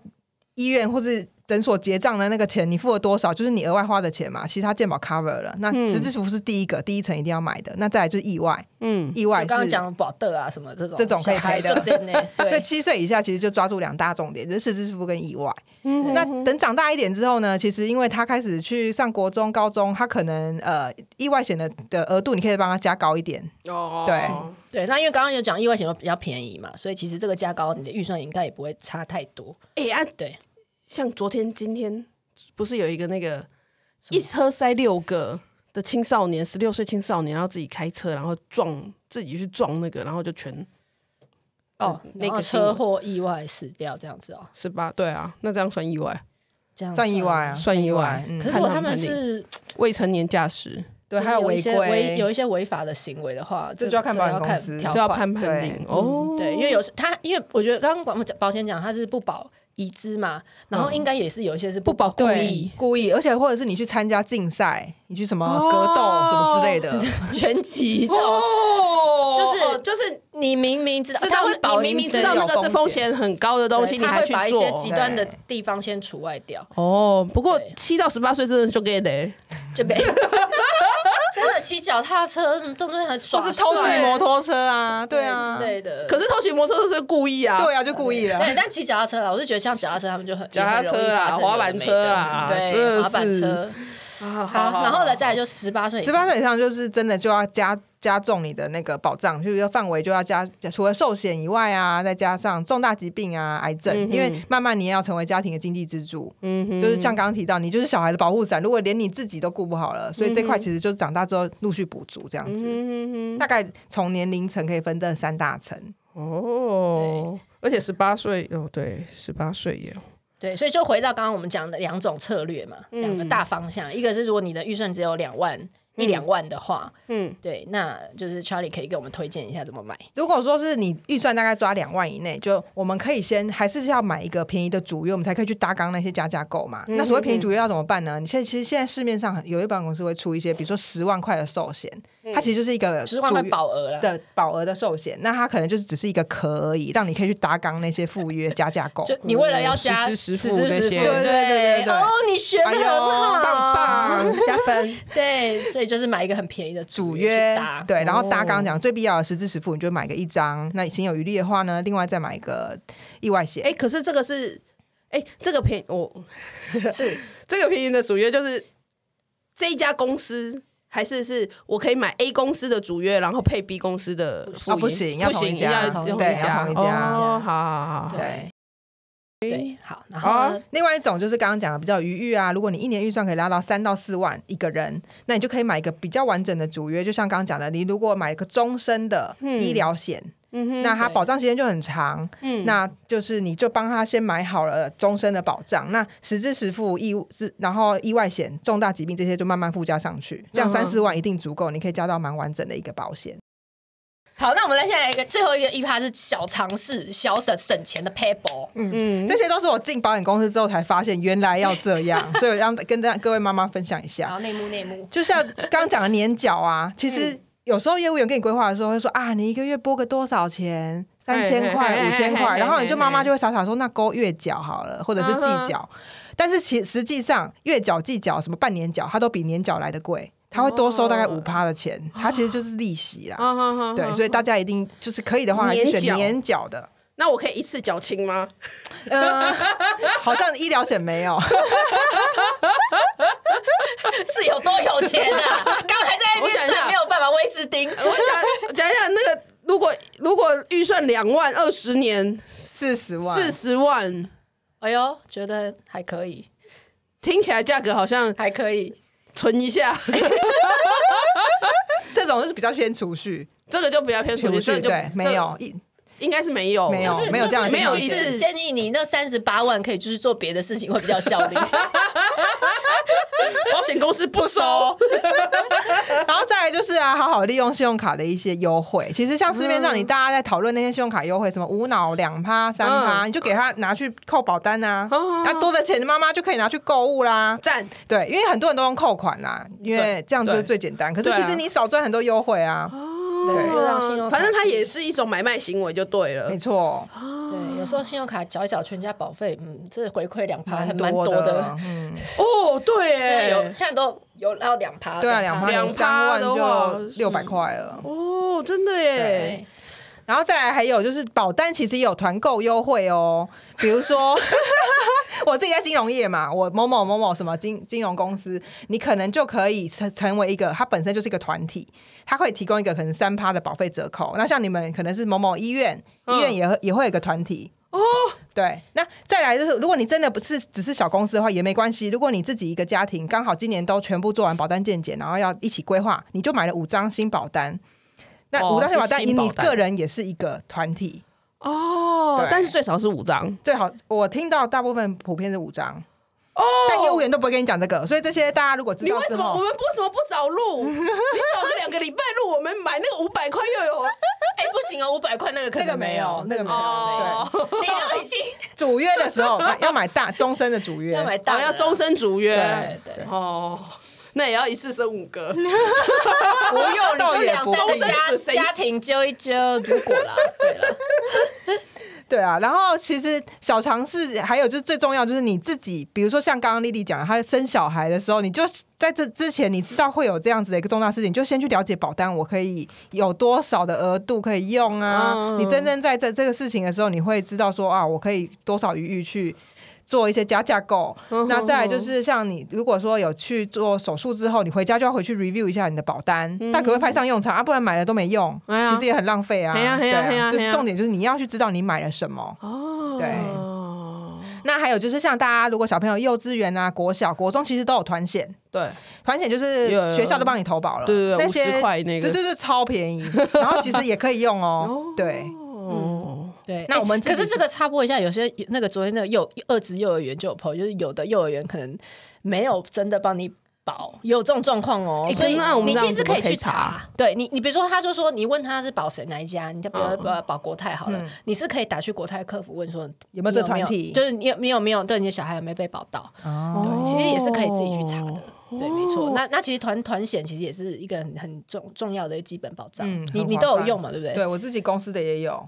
[SPEAKER 3] 医院或是。诊所结账的那个钱，你付了多少？就是你额外花的钱嘛。其实它健保 cover 了。那
[SPEAKER 2] 嗯
[SPEAKER 3] 实质服是第一个，第一层一定要买的。那再来就是意外，
[SPEAKER 1] 嗯
[SPEAKER 3] 意外
[SPEAKER 2] 我
[SPEAKER 3] 是
[SPEAKER 2] 刚刚讲的保德啊什么这种
[SPEAKER 3] 这种可以
[SPEAKER 2] 小孩
[SPEAKER 3] 赔的
[SPEAKER 2] 就真 的
[SPEAKER 3] 所
[SPEAKER 2] 对
[SPEAKER 3] 以。七岁以下其实就抓住两大重点，就是四肢支付跟意外。
[SPEAKER 1] 嗯
[SPEAKER 3] 那等长大一点之后呢，其实因为他开始去上国中、高中，他可能呃意外险的的额度，你可以帮他加高一点。
[SPEAKER 1] 哦
[SPEAKER 3] 对
[SPEAKER 2] 对，那因为刚刚有讲意外险又比较便宜嘛，所以其实这个价高，你的预算应该也不会差太多。
[SPEAKER 1] 哎、啊，
[SPEAKER 2] 对，
[SPEAKER 1] 像昨天、今天不是有一个那个一车塞六个的青少年，十六岁青少年，然后自己开车，然后撞自己去撞那个，然后就全
[SPEAKER 2] 哦，
[SPEAKER 1] 那
[SPEAKER 2] 那
[SPEAKER 1] 个
[SPEAKER 2] 个
[SPEAKER 1] 新闻
[SPEAKER 2] 车祸意外死掉这样子哦，
[SPEAKER 1] 十八，对啊，那这样算意外，
[SPEAKER 2] 这样哦
[SPEAKER 3] 算意外啊，
[SPEAKER 1] 算意外
[SPEAKER 3] 嗯
[SPEAKER 2] 可是
[SPEAKER 1] 看
[SPEAKER 2] 如果
[SPEAKER 1] 他
[SPEAKER 2] 他
[SPEAKER 1] 们
[SPEAKER 2] 们
[SPEAKER 1] 判定
[SPEAKER 2] 是
[SPEAKER 1] 未成年驾驶
[SPEAKER 3] 对，
[SPEAKER 2] 就
[SPEAKER 3] 还有
[SPEAKER 2] 有一
[SPEAKER 3] 违
[SPEAKER 2] 些违有
[SPEAKER 3] 规，
[SPEAKER 2] 一些违法的行为的话，
[SPEAKER 3] 这就要看保险公
[SPEAKER 2] 这
[SPEAKER 3] 司
[SPEAKER 2] 要看条
[SPEAKER 1] 就要
[SPEAKER 2] 款嗯
[SPEAKER 1] 判判
[SPEAKER 3] 对
[SPEAKER 1] 定哦，
[SPEAKER 2] 对，因为有时他，因为我觉得刚刚保保险讲他是不保已知嘛，然后应该也是有一些是
[SPEAKER 1] 不保故
[SPEAKER 3] 嗯对
[SPEAKER 1] 意，
[SPEAKER 3] 故意，而且或者是你去参加竞赛，你去什么格斗
[SPEAKER 1] 哦
[SPEAKER 3] 什么之类的，
[SPEAKER 2] 全集这种，
[SPEAKER 1] 哦
[SPEAKER 2] 就是
[SPEAKER 1] 就是
[SPEAKER 2] 你明明知道，
[SPEAKER 1] 知
[SPEAKER 2] 他
[SPEAKER 1] 道
[SPEAKER 2] 会保
[SPEAKER 1] 你明明知道
[SPEAKER 2] 真的
[SPEAKER 1] 那
[SPEAKER 2] 有
[SPEAKER 1] 个是风险很高的东西，
[SPEAKER 2] 对
[SPEAKER 1] 你
[SPEAKER 2] 他
[SPEAKER 1] 还
[SPEAKER 2] 会
[SPEAKER 1] 去
[SPEAKER 2] 把一些极
[SPEAKER 1] 做。
[SPEAKER 2] 端的地方先除外掉，
[SPEAKER 1] 哦，不过
[SPEAKER 2] 对
[SPEAKER 1] 七到十八岁真的就给雷，
[SPEAKER 2] 就没。真的骑脚踏车什么动不动还耍
[SPEAKER 3] 或是偷自己
[SPEAKER 2] 帅
[SPEAKER 3] 摩托车啊，对啊，
[SPEAKER 2] 之类的。
[SPEAKER 1] 可是偷骑摩托车是故意啊。
[SPEAKER 3] 对啊，就故意的。
[SPEAKER 2] 哦对，但骑脚踏车啦，我是觉得像脚踏车他们就很
[SPEAKER 1] 脚踏车啦
[SPEAKER 2] 也很容易发生有的
[SPEAKER 1] 滑板车啦
[SPEAKER 2] 没
[SPEAKER 1] 真的
[SPEAKER 2] 的对，
[SPEAKER 1] 是
[SPEAKER 2] 滑板车。
[SPEAKER 1] 啊，
[SPEAKER 2] 好，然后呢，再来就十八岁以上，
[SPEAKER 3] 十八岁以上就是真的就要加加重你的那个保障，就是说范围就要加，除了寿险以外啊，再加上重大疾病啊、癌症，
[SPEAKER 1] 嗯哼
[SPEAKER 3] 因为慢慢你也要成为家庭的经济支柱。
[SPEAKER 1] 嗯哼
[SPEAKER 3] 就是像刚刚提到，你就是小孩的保护伞，如果连你自己都顾不好了，所以这
[SPEAKER 2] 嗯
[SPEAKER 3] 块其实就长大之后陆续补足这样子。
[SPEAKER 1] 嗯
[SPEAKER 3] 大概从年龄层可以分这三大层，
[SPEAKER 1] 哼哦，而且十八岁哦，对，十八岁也
[SPEAKER 2] 对，所以就回到刚刚我们讲的两种策略嘛，两
[SPEAKER 3] 嗯
[SPEAKER 2] 个大方向，一个是如果你的预算只有两万。一两万的话，
[SPEAKER 1] 嗯，
[SPEAKER 2] 对，那就是 Charlie 可以给我们推荐一下怎么买。
[SPEAKER 3] 如果说是你预算大概抓两万以内，就我们可以先还是要买一个便宜的主约，我们才可以去搭刚那些加价购嘛。
[SPEAKER 2] 嗯
[SPEAKER 3] 那所谓便宜主约要怎么办呢？你现在其实现在市面上很有一保险公司会出一些，比如说十万块的寿险，它其实就是一个
[SPEAKER 2] 嗯十万块
[SPEAKER 3] 主约
[SPEAKER 2] 保额啦，
[SPEAKER 3] 的保额的寿险，那它可能就是只是一个壳而已，让你可以去搭刚那些赴约加价 购。
[SPEAKER 2] 就你为了要加
[SPEAKER 1] 嗯十之十
[SPEAKER 2] 之
[SPEAKER 1] 负那些
[SPEAKER 2] 对
[SPEAKER 1] 对
[SPEAKER 3] 对对对对
[SPEAKER 2] 哦，你学的
[SPEAKER 3] 哎
[SPEAKER 2] 很
[SPEAKER 3] 呦
[SPEAKER 2] 好，
[SPEAKER 1] 棒棒加分。
[SPEAKER 2] 对，所以就是买一个很便宜的
[SPEAKER 3] 主
[SPEAKER 2] 约
[SPEAKER 3] 约
[SPEAKER 2] 去搭，
[SPEAKER 3] 对，然后搭
[SPEAKER 1] 哦
[SPEAKER 3] 刚刚讲最必要的实支实付，你就买个一张。那行有余力的话呢，另外再买一个意外险。
[SPEAKER 1] 哎、可是这个是，哎、这个便宜我、
[SPEAKER 2] 是
[SPEAKER 1] 这个便宜的主约就是这一家公司，还是是我可以买 A 公司的主约，然后配 B 公司的副
[SPEAKER 3] 啊
[SPEAKER 1] 业
[SPEAKER 3] 不行要
[SPEAKER 1] 不
[SPEAKER 3] 同一
[SPEAKER 1] 行
[SPEAKER 3] 家
[SPEAKER 1] 要
[SPEAKER 2] 同一
[SPEAKER 1] 一
[SPEAKER 2] 家
[SPEAKER 1] 家
[SPEAKER 3] 要同一家
[SPEAKER 1] 哦，好好好，
[SPEAKER 3] 对，
[SPEAKER 2] 对，好，然后呢
[SPEAKER 1] 啊
[SPEAKER 3] 另外一种就是刚刚讲的比较余裕啊，如果你一年预算可以拉到三到四万一个人，那你就可以买一个比较完整的主约。就像刚刚讲的，你如果买一个终身的医疗险，
[SPEAKER 1] 嗯哼，
[SPEAKER 3] 那它
[SPEAKER 2] 对
[SPEAKER 3] 保障时间就很长，
[SPEAKER 1] 嗯
[SPEAKER 3] 那就是你就帮他先买好了终身的保障。那实支实付意是，然后意外险、重大疾病这些就慢慢附加上去，这样
[SPEAKER 1] 嗯哼
[SPEAKER 3] 三四万一定足够，你可以加到蛮完整的一个保险。
[SPEAKER 2] 好，那我们来下来一个最后一个一趴是小尝试、小省省钱的 paper。
[SPEAKER 1] 嗯
[SPEAKER 3] 这些都是我进保险公司之后才发现，原来要这样， 所以我让跟大各位妈妈分享一下
[SPEAKER 2] 然。后内幕内幕，
[SPEAKER 3] 就像刚刚讲的年缴啊，其
[SPEAKER 1] 嗯
[SPEAKER 3] 实有时候业务员给你规划的时候会说啊，你一个月拨个多少钱，三千
[SPEAKER 1] 嘿嘿
[SPEAKER 3] 块、
[SPEAKER 1] 嘿
[SPEAKER 3] 五千
[SPEAKER 1] 嘿嘿
[SPEAKER 3] 块，然后你就
[SPEAKER 1] 嘿
[SPEAKER 3] 妈妈就会傻傻说那勾月缴好了，或者是季
[SPEAKER 1] 嗯哼
[SPEAKER 3] 缴。但是其实际上月缴、季缴、什么半年缴，它都比年缴来的贵，它会多收大概
[SPEAKER 1] 哦
[SPEAKER 3] 五趴的钱，它其实就是利息啦。
[SPEAKER 1] 啊哈哈，
[SPEAKER 3] 对，所以大家一定就是可以的话，还是
[SPEAKER 1] 年
[SPEAKER 3] 选
[SPEAKER 1] 缴
[SPEAKER 3] 年缴的。
[SPEAKER 1] 那我可以一次缴清吗？
[SPEAKER 3] 呃，好像医疗险没有，
[SPEAKER 2] 是有多有钱啊？刚才在那
[SPEAKER 1] 我
[SPEAKER 2] 边
[SPEAKER 1] 想一下
[SPEAKER 2] 算没有办法威斯汀，
[SPEAKER 1] 我讲讲一下那个，如果如果预算两万，二十年
[SPEAKER 3] 四十万，
[SPEAKER 1] 四十万，
[SPEAKER 2] 哎呦，觉得还可以，
[SPEAKER 1] 听起来价格好像
[SPEAKER 2] 还可以。
[SPEAKER 1] 存一下，
[SPEAKER 3] 哎这种就是比较偏储蓄，
[SPEAKER 1] 这个就不要偏储
[SPEAKER 3] 储
[SPEAKER 1] 蓄，这个
[SPEAKER 3] 蓄
[SPEAKER 1] 哦就
[SPEAKER 3] 对，没，有一
[SPEAKER 1] 这个应该是没有，
[SPEAKER 3] 没有
[SPEAKER 2] 就是
[SPEAKER 3] 哦没有这样的
[SPEAKER 2] 就是
[SPEAKER 1] 没有
[SPEAKER 2] 建议
[SPEAKER 1] 一次
[SPEAKER 2] 是建议你那三十八万可以就是做别的事情会比较效率。
[SPEAKER 1] 保险公司不收。
[SPEAKER 3] 然后再来就是啊，好好利用信用卡的一些优惠。其实像市
[SPEAKER 1] 嗯
[SPEAKER 3] 面上你大家在讨论那些信用卡优惠，什么无脑两趴、三趴，
[SPEAKER 1] 嗯
[SPEAKER 3] 你就给他拿去扣保单啊
[SPEAKER 1] 嗯，
[SPEAKER 3] 那多的钱妈妈就可以拿去购物啦。
[SPEAKER 1] 赞，
[SPEAKER 3] 对，因为很多人都用扣款啦，因为这样子
[SPEAKER 1] 对
[SPEAKER 3] 是最简单。可是
[SPEAKER 1] 对啊
[SPEAKER 3] 其实你少赚很多优惠啊，
[SPEAKER 2] 对，就让信用卡
[SPEAKER 1] 反正它也是一种买卖行为就对了
[SPEAKER 3] 没。错，
[SPEAKER 1] 啊
[SPEAKER 2] 对，有时候信用卡缴一缴全家保费，嗯，这回馈两趴还蛮
[SPEAKER 3] 多
[SPEAKER 2] 的。。
[SPEAKER 3] 嗯，
[SPEAKER 1] 哦，对
[SPEAKER 2] 对，有
[SPEAKER 1] 耶
[SPEAKER 2] 现，在都有到两趴。
[SPEAKER 3] 对啊，两趴
[SPEAKER 1] 两
[SPEAKER 3] 你三万
[SPEAKER 1] 的话
[SPEAKER 3] 就六百块了。
[SPEAKER 1] 哦，真的耶
[SPEAKER 2] 对，，
[SPEAKER 3] 然后再来还有就是保单其实也有团购优惠哦，比如说 我自己在金融业嘛，我某某某某什么金金融公司，你可能就可以成成为一个，它本身就是一个团体，它会提供一个可能三趴的保费折扣。那像你们可能是某某医院，医院也会也会有一个团体。哦，对，那再来就是，如果你真的不是只是小公司的话，也没关系。如果你自己一个家庭，刚好今年都全部做完保单健检，然后要一起规划，你就买了五张新保单。那
[SPEAKER 1] 哦
[SPEAKER 3] 五张新保单
[SPEAKER 1] 是
[SPEAKER 3] 以
[SPEAKER 1] 新保
[SPEAKER 3] 你
[SPEAKER 1] 单
[SPEAKER 3] 个人也是一个团体，
[SPEAKER 1] 哦
[SPEAKER 3] 对
[SPEAKER 1] 但是最少是五张，
[SPEAKER 3] 最好我听到大部分普遍是五张，
[SPEAKER 1] 哦
[SPEAKER 3] 但业务员都不会跟你讲这个，所以这些大家如果知
[SPEAKER 1] 你
[SPEAKER 3] 道
[SPEAKER 1] 为
[SPEAKER 3] 之
[SPEAKER 1] 什么我
[SPEAKER 3] 后，
[SPEAKER 1] 们为什么不找路？你找 了两个礼拜路，我们买那个五百块又有
[SPEAKER 2] 哎，不行哦，五百块那个可
[SPEAKER 3] 那个
[SPEAKER 2] 能
[SPEAKER 3] 没
[SPEAKER 2] 有
[SPEAKER 3] 有，，那个没有，
[SPEAKER 1] 哦
[SPEAKER 3] 对，
[SPEAKER 2] 你都已经
[SPEAKER 3] 就主约的时候买要买大终身的主约，
[SPEAKER 2] 要买
[SPEAKER 1] 好
[SPEAKER 2] 大
[SPEAKER 1] 像
[SPEAKER 2] 的
[SPEAKER 1] 哦要终身主约
[SPEAKER 2] 对对，
[SPEAKER 1] 哦，那也要一次生五个，
[SPEAKER 2] 不 用，你
[SPEAKER 3] 倒
[SPEAKER 2] 就
[SPEAKER 3] 也
[SPEAKER 2] 两
[SPEAKER 3] 不
[SPEAKER 2] 三个
[SPEAKER 1] 终身
[SPEAKER 2] 家
[SPEAKER 1] 是 谁
[SPEAKER 2] 家庭揪一揪，如果啦，对 啦，
[SPEAKER 3] 对啊，然后其实小尝试还有就是最重要就是你自己，比如说像刚刚丽丽讲的，她生小孩的时候，你就在这之前你知道会有这样子的一个重大事情，你就先去了解保单，我可以有多少的额度可以用啊？
[SPEAKER 1] 嗯
[SPEAKER 3] 你真正在这这个事情的时候，你会知道说啊，我可以多少余裕去。做一些加架构，
[SPEAKER 1] 嗯
[SPEAKER 3] 那再来就是像你，如果说有去做手术之后，你回家就要回去 review 一下你的保单，但可不可以派上用场啊？不然买了都没用，
[SPEAKER 1] 哎呀
[SPEAKER 3] 其实也很浪费啊。
[SPEAKER 1] 哎呀哎
[SPEAKER 3] 对
[SPEAKER 1] 呀哎
[SPEAKER 3] 啊，
[SPEAKER 1] 呀
[SPEAKER 3] 就
[SPEAKER 1] 哎
[SPEAKER 3] 是
[SPEAKER 1] 呀
[SPEAKER 3] 重点就是你要去知道你买了什么。
[SPEAKER 1] 哦，
[SPEAKER 3] 对那还有就是像大家如果小朋友幼稚园啊、国小、国中其实都有团险，
[SPEAKER 1] 对
[SPEAKER 3] 团险就是
[SPEAKER 1] 有有
[SPEAKER 3] 学校都帮你投保了，
[SPEAKER 1] 对对对，
[SPEAKER 3] 那
[SPEAKER 1] 五十
[SPEAKER 3] 些
[SPEAKER 1] 块那个，
[SPEAKER 3] 对对对超便宜，然后其实也可以 用哦，对，
[SPEAKER 1] 哦，
[SPEAKER 2] 对，
[SPEAKER 3] 那我们自
[SPEAKER 2] 可
[SPEAKER 3] 己
[SPEAKER 2] 是这个插播一下，有些那个昨天的幼二职幼儿园就有朋友，就是有的幼儿园可能没有真的帮你保，有这种状况哦。
[SPEAKER 1] 欸
[SPEAKER 2] 所以
[SPEAKER 1] 可是那我们
[SPEAKER 2] 你
[SPEAKER 1] 这样
[SPEAKER 2] 其实
[SPEAKER 1] 怎么
[SPEAKER 2] 以
[SPEAKER 1] 可以
[SPEAKER 2] 去查，对你，你比如说，他就说你问他是保谁哪一家，你就比如说
[SPEAKER 1] 哦
[SPEAKER 2] 保保国泰好
[SPEAKER 1] 嗯
[SPEAKER 2] 了，你是可以打去国泰客服问说
[SPEAKER 3] 有没有这团体
[SPEAKER 2] 就是你有你有没有对你的小孩有没有被保到？
[SPEAKER 3] 哦，
[SPEAKER 2] 对，其实也是可以自己去查的。对，没错。那那其实团团险其实也是一个很很重
[SPEAKER 1] 嗯
[SPEAKER 2] 重要的基本保障，
[SPEAKER 3] 嗯
[SPEAKER 2] 你
[SPEAKER 3] 很
[SPEAKER 2] 你
[SPEAKER 3] 划
[SPEAKER 2] 都有
[SPEAKER 3] 算
[SPEAKER 2] 用嘛，对不对？
[SPEAKER 3] 对我自己公司的也有，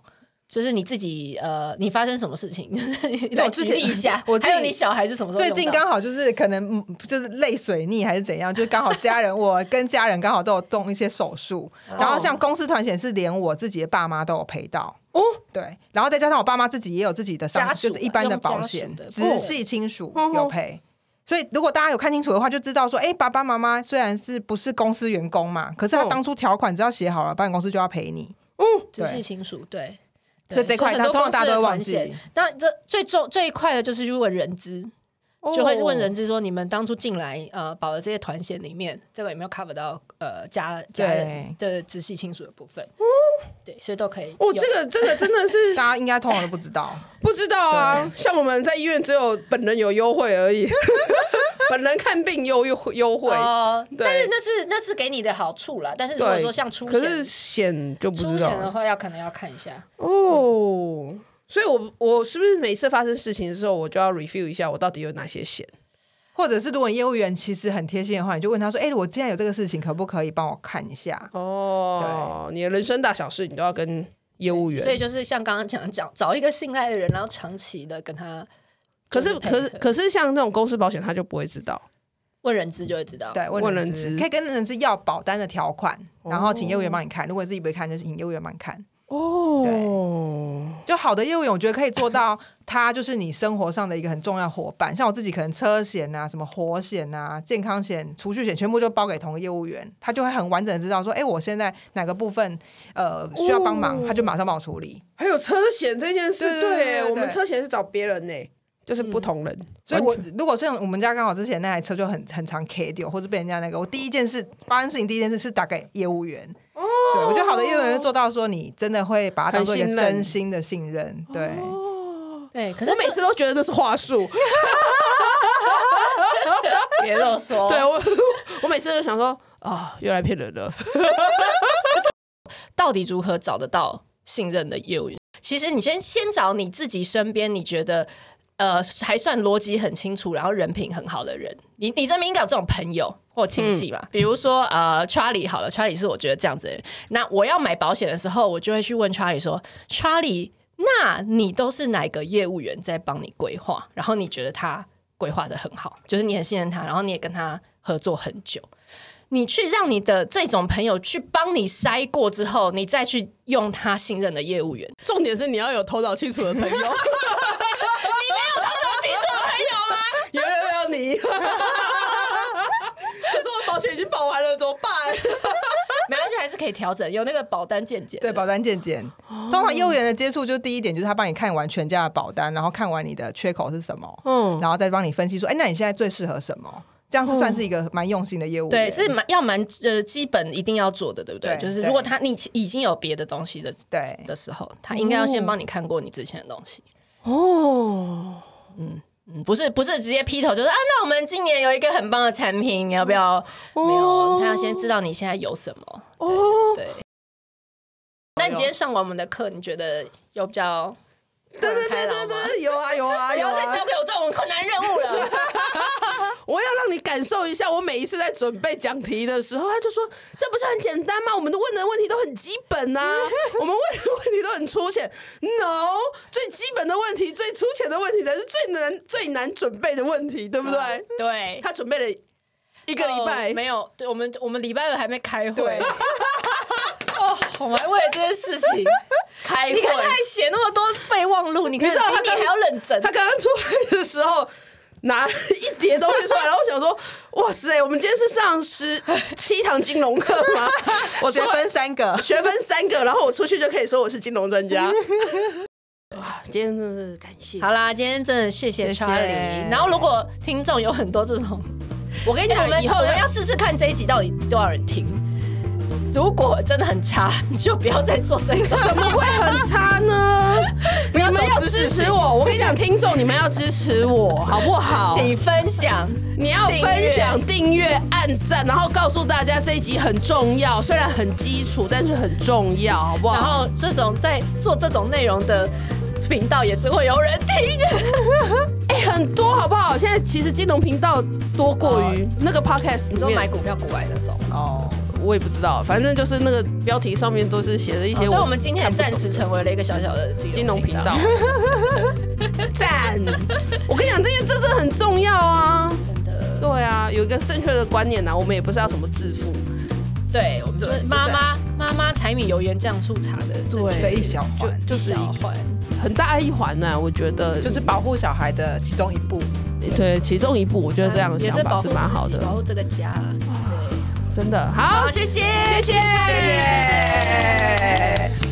[SPEAKER 2] 就是你自己呃，你发生什么事情， 来
[SPEAKER 3] 我之
[SPEAKER 2] 举
[SPEAKER 3] 前
[SPEAKER 2] 例一下。
[SPEAKER 3] 我自
[SPEAKER 2] 还有
[SPEAKER 3] 己
[SPEAKER 2] 你小孩是什么时候
[SPEAKER 3] 最
[SPEAKER 2] 用到？
[SPEAKER 3] 近刚好就是可能嗯就是泪水逆还是怎 样，就刚好家人我跟家人刚好都有动一些手术，
[SPEAKER 2] 哦
[SPEAKER 3] 然后像公司团险是连我自己的爸妈都有赔到。
[SPEAKER 1] 哦，
[SPEAKER 3] 对，然后再加上我爸妈自己也有自己的商，
[SPEAKER 2] 家属啊
[SPEAKER 3] 就是一般的
[SPEAKER 2] 用家
[SPEAKER 3] 保
[SPEAKER 2] 属
[SPEAKER 3] 险
[SPEAKER 2] 的，嗯
[SPEAKER 3] 直系亲属
[SPEAKER 1] 哦
[SPEAKER 3] 有赔。所以如果大家有看清楚的话，就知道说，哎、爸爸妈妈虽然是不是公司员工嘛，可
[SPEAKER 2] 嗯
[SPEAKER 3] 是他
[SPEAKER 1] 哦
[SPEAKER 3] 当初条款只要写好了，保险公司就要赔 你。
[SPEAKER 2] 直
[SPEAKER 3] 对
[SPEAKER 2] 系亲属对。
[SPEAKER 3] 那这块
[SPEAKER 2] 都
[SPEAKER 3] 通常大家都会忘记
[SPEAKER 2] 那这最重最快的就是去问人资，就会问人
[SPEAKER 3] 哦
[SPEAKER 2] 资说，你们当初进来呃保的这些团险里面，这个有没有 cover 到呃家家人的直系亲属的部分？
[SPEAKER 3] 哦
[SPEAKER 2] 对，所以都可以用。
[SPEAKER 1] 哦，这个这个真的 是
[SPEAKER 3] 大家应该通常都不知道，
[SPEAKER 1] 不知道啊，像我们在医院只有本人有优惠而已， 本人看病优优优惠，
[SPEAKER 2] 哦，
[SPEAKER 1] 对
[SPEAKER 2] 但是那是那是给你的好处啦。但是如果
[SPEAKER 1] 对
[SPEAKER 2] 说像出
[SPEAKER 1] 可是
[SPEAKER 2] 险，
[SPEAKER 1] 险就不
[SPEAKER 2] 出
[SPEAKER 1] 知
[SPEAKER 2] 险的
[SPEAKER 1] 道
[SPEAKER 2] 话要可能要看一下。
[SPEAKER 1] 哦。所以我我是不是每次发生事情的时候，我就要 review 一下我到底有哪些险？
[SPEAKER 3] 或者是如果业务员其实很贴心的话，你就问他说，哎、我既然有这个事情，可不可以帮我看一下？
[SPEAKER 1] 哦，你的人生大小事你都要跟业务员。
[SPEAKER 2] 所以就是像刚刚讲的，找找一个信赖的人，然后长期的跟他
[SPEAKER 1] 可是
[SPEAKER 2] 就是配合
[SPEAKER 1] 可是可是像那种公司保险，他就不会知道。
[SPEAKER 2] 问人资就会知道。
[SPEAKER 3] 对，
[SPEAKER 1] 问
[SPEAKER 3] 问人
[SPEAKER 1] 人
[SPEAKER 3] 资
[SPEAKER 1] 资
[SPEAKER 3] 可以跟人资要保单的条款，然后请
[SPEAKER 1] 哦
[SPEAKER 3] 业务员帮你看。如果自己不会看，就是请业务员帮你看。
[SPEAKER 1] 哦，
[SPEAKER 3] 就好的业务员，我觉得可以 做到，他就是你生活上的一个很重要伙伴。像我自己可能车险啊、什么火险啊、健康险、储蓄险，全部就包给同个业务员，他就会很完整的知道说，哎、我现在哪个部分呃需要帮忙，
[SPEAKER 1] 哦
[SPEAKER 3] 他就马上帮我处理。
[SPEAKER 1] 还有车险这件事，
[SPEAKER 3] 对对对
[SPEAKER 1] 对
[SPEAKER 3] 对
[SPEAKER 1] 我们
[SPEAKER 3] 对
[SPEAKER 1] 车险是找别人呢，就是不同人。
[SPEAKER 3] 所以我
[SPEAKER 1] 完全
[SPEAKER 3] 如果像我们家刚好之前那台车就很很常 K 掉，或者被人家那个，我第一件事发生事情第一件事是打给业务员。对，我觉得好的业务员就做到说你真的会把他当做一个
[SPEAKER 1] 很信任
[SPEAKER 3] 真心的信哦任。对，
[SPEAKER 2] 对，可是
[SPEAKER 1] 我每次都觉得那是话术，
[SPEAKER 2] 别啰 嗦。
[SPEAKER 1] 对我，我每次都想说啊，又来骗人了。
[SPEAKER 2] 到底如何找得到信任的业务员？其实你先先找你自己身边你觉得呃还算逻辑很清楚，然后人品很好的人。你你身边应该有这种朋友或亲戚吧？比如说呃，Charlie 好了，Charlie 是我觉得这样子的人。那我要买保险的时候，我就会去问 Charlie 说，Charlie，那你都是哪个业务员在帮你规划？然后你觉得他规划的很好，就是你很信任他，然后你也跟他合作很久。你去让你的这种朋友去帮你筛过之后，你再去用他信任的业务员。
[SPEAKER 1] 重点是你要有头脑清楚的朋友，
[SPEAKER 2] 其实我朋友吗？
[SPEAKER 1] 有有有你。可是我保险已经保完了，怎么办？
[SPEAKER 2] 没关系，还是可以调整，有那个保单见解。
[SPEAKER 3] 对，保单健检，通常业务员的接触就第一点就是他帮你看完全家的保单，然后看完你的缺口是什么，
[SPEAKER 1] 嗯，
[SPEAKER 3] 然后再帮你分析说，哎、那你现在最适合什么？这样是算是一个蛮用心的业务员。
[SPEAKER 2] 对，是蛮要蛮呃基本一定要做的，对不对？就
[SPEAKER 3] 对
[SPEAKER 2] 是
[SPEAKER 3] 对
[SPEAKER 2] 如果他你已经有别的东西的
[SPEAKER 3] 对
[SPEAKER 2] 的时候，他应该要先帮你看过你之前的东西。
[SPEAKER 1] 哦，
[SPEAKER 2] 嗯，不是不是直接劈头就说啊，那我们今年有一个很棒的产品，你要不要？没有，他要先知道你现在有什么。
[SPEAKER 1] 哦，
[SPEAKER 2] 对。那你今天上完我们的课，你觉得有比较？
[SPEAKER 1] 对对对对，对，有啊有啊啊
[SPEAKER 2] 不
[SPEAKER 1] 有
[SPEAKER 2] 要再
[SPEAKER 1] 啊
[SPEAKER 2] 交，给我这种困难任务了。
[SPEAKER 1] 我要让你感受一下，我每一次在准备讲题的时候，他就说：“这不是很简单吗？我们的问的问题都很基本 啊，我们问的问题都很粗浅。”No，最基本的问题、最粗浅的问题才是最难、最难准备的问 题，对不对？
[SPEAKER 2] 对，
[SPEAKER 1] 他准备了 一个礼拜，
[SPEAKER 2] 哦没有，对我们我们礼拜二还没开会
[SPEAKER 1] 对。
[SPEAKER 2] 哦，我们还为了这件事 情开你看他还写那么多备忘录，你看
[SPEAKER 1] 你知道
[SPEAKER 2] 比
[SPEAKER 1] 他
[SPEAKER 2] 你
[SPEAKER 1] 刚
[SPEAKER 2] 还要认真
[SPEAKER 1] 他。刚刚出来的时候。拿一叠东西出来，然后我想说，哇塞，我们今天是上十七堂金融课 吗？我
[SPEAKER 3] 学
[SPEAKER 1] 说
[SPEAKER 3] 分三个，
[SPEAKER 1] 学分三个，然后我出去就可以说我是金融专家。 哇，今天真的是感谢。
[SPEAKER 2] 好啦，今天真的谢谢
[SPEAKER 3] 谢谢
[SPEAKER 2] Charlie。然后如果听众有很多这种，
[SPEAKER 1] 我跟你
[SPEAKER 2] 哎
[SPEAKER 1] 讲
[SPEAKER 2] 我，们
[SPEAKER 1] 以后
[SPEAKER 2] 我们要试试看这一集到底多少人听。如果真的很差， 你就不要再做这 种。
[SPEAKER 1] 怎么会很差 呢？你们要支持我，我跟你讲，听众你们要支持我， 好不好？
[SPEAKER 2] 请分享，
[SPEAKER 1] 你要分享、订阅、按赞，然后告诉大家这一集很重要，虽然很基础，但是很重要，好不
[SPEAKER 2] 然
[SPEAKER 1] 好？
[SPEAKER 2] 后这种在做这种内容的频道也是会有人 听的。
[SPEAKER 1] 哎、很多好不好？现在其实金融频道多过于那个 podcast 里面，
[SPEAKER 2] 股票股外那种。
[SPEAKER 3] 哦，
[SPEAKER 1] 我也不知道，反正就是那个标题上面都是写的一些。
[SPEAKER 2] 哦所以我们今天也暂时成为了一个小小的
[SPEAKER 1] 金融 频道。赞！我跟你讲，这些这真的很重要啊。
[SPEAKER 2] 真的，
[SPEAKER 1] 对啊，有一个正确的观念啊，我们也不是要什么致富，
[SPEAKER 2] 对，我们就是
[SPEAKER 1] 对就是
[SPEAKER 2] 妈妈妈妈柴米油盐酱醋茶的这
[SPEAKER 1] 对
[SPEAKER 3] 的一小
[SPEAKER 1] 就
[SPEAKER 3] 环，
[SPEAKER 1] 就是
[SPEAKER 2] 小环。
[SPEAKER 1] 很大一环呢、我觉得
[SPEAKER 3] 就是保护小孩的其中一步。
[SPEAKER 1] 对其中一步，我觉得这样的
[SPEAKER 2] 嗯也
[SPEAKER 1] 想
[SPEAKER 2] 是保
[SPEAKER 1] 法
[SPEAKER 2] 护
[SPEAKER 1] 是蛮好
[SPEAKER 2] 自
[SPEAKER 1] 的
[SPEAKER 2] 己，保护这个家啦。对
[SPEAKER 1] 真的好
[SPEAKER 2] 好，。谢谢，
[SPEAKER 1] 谢谢
[SPEAKER 3] 哎
[SPEAKER 2] 谢谢。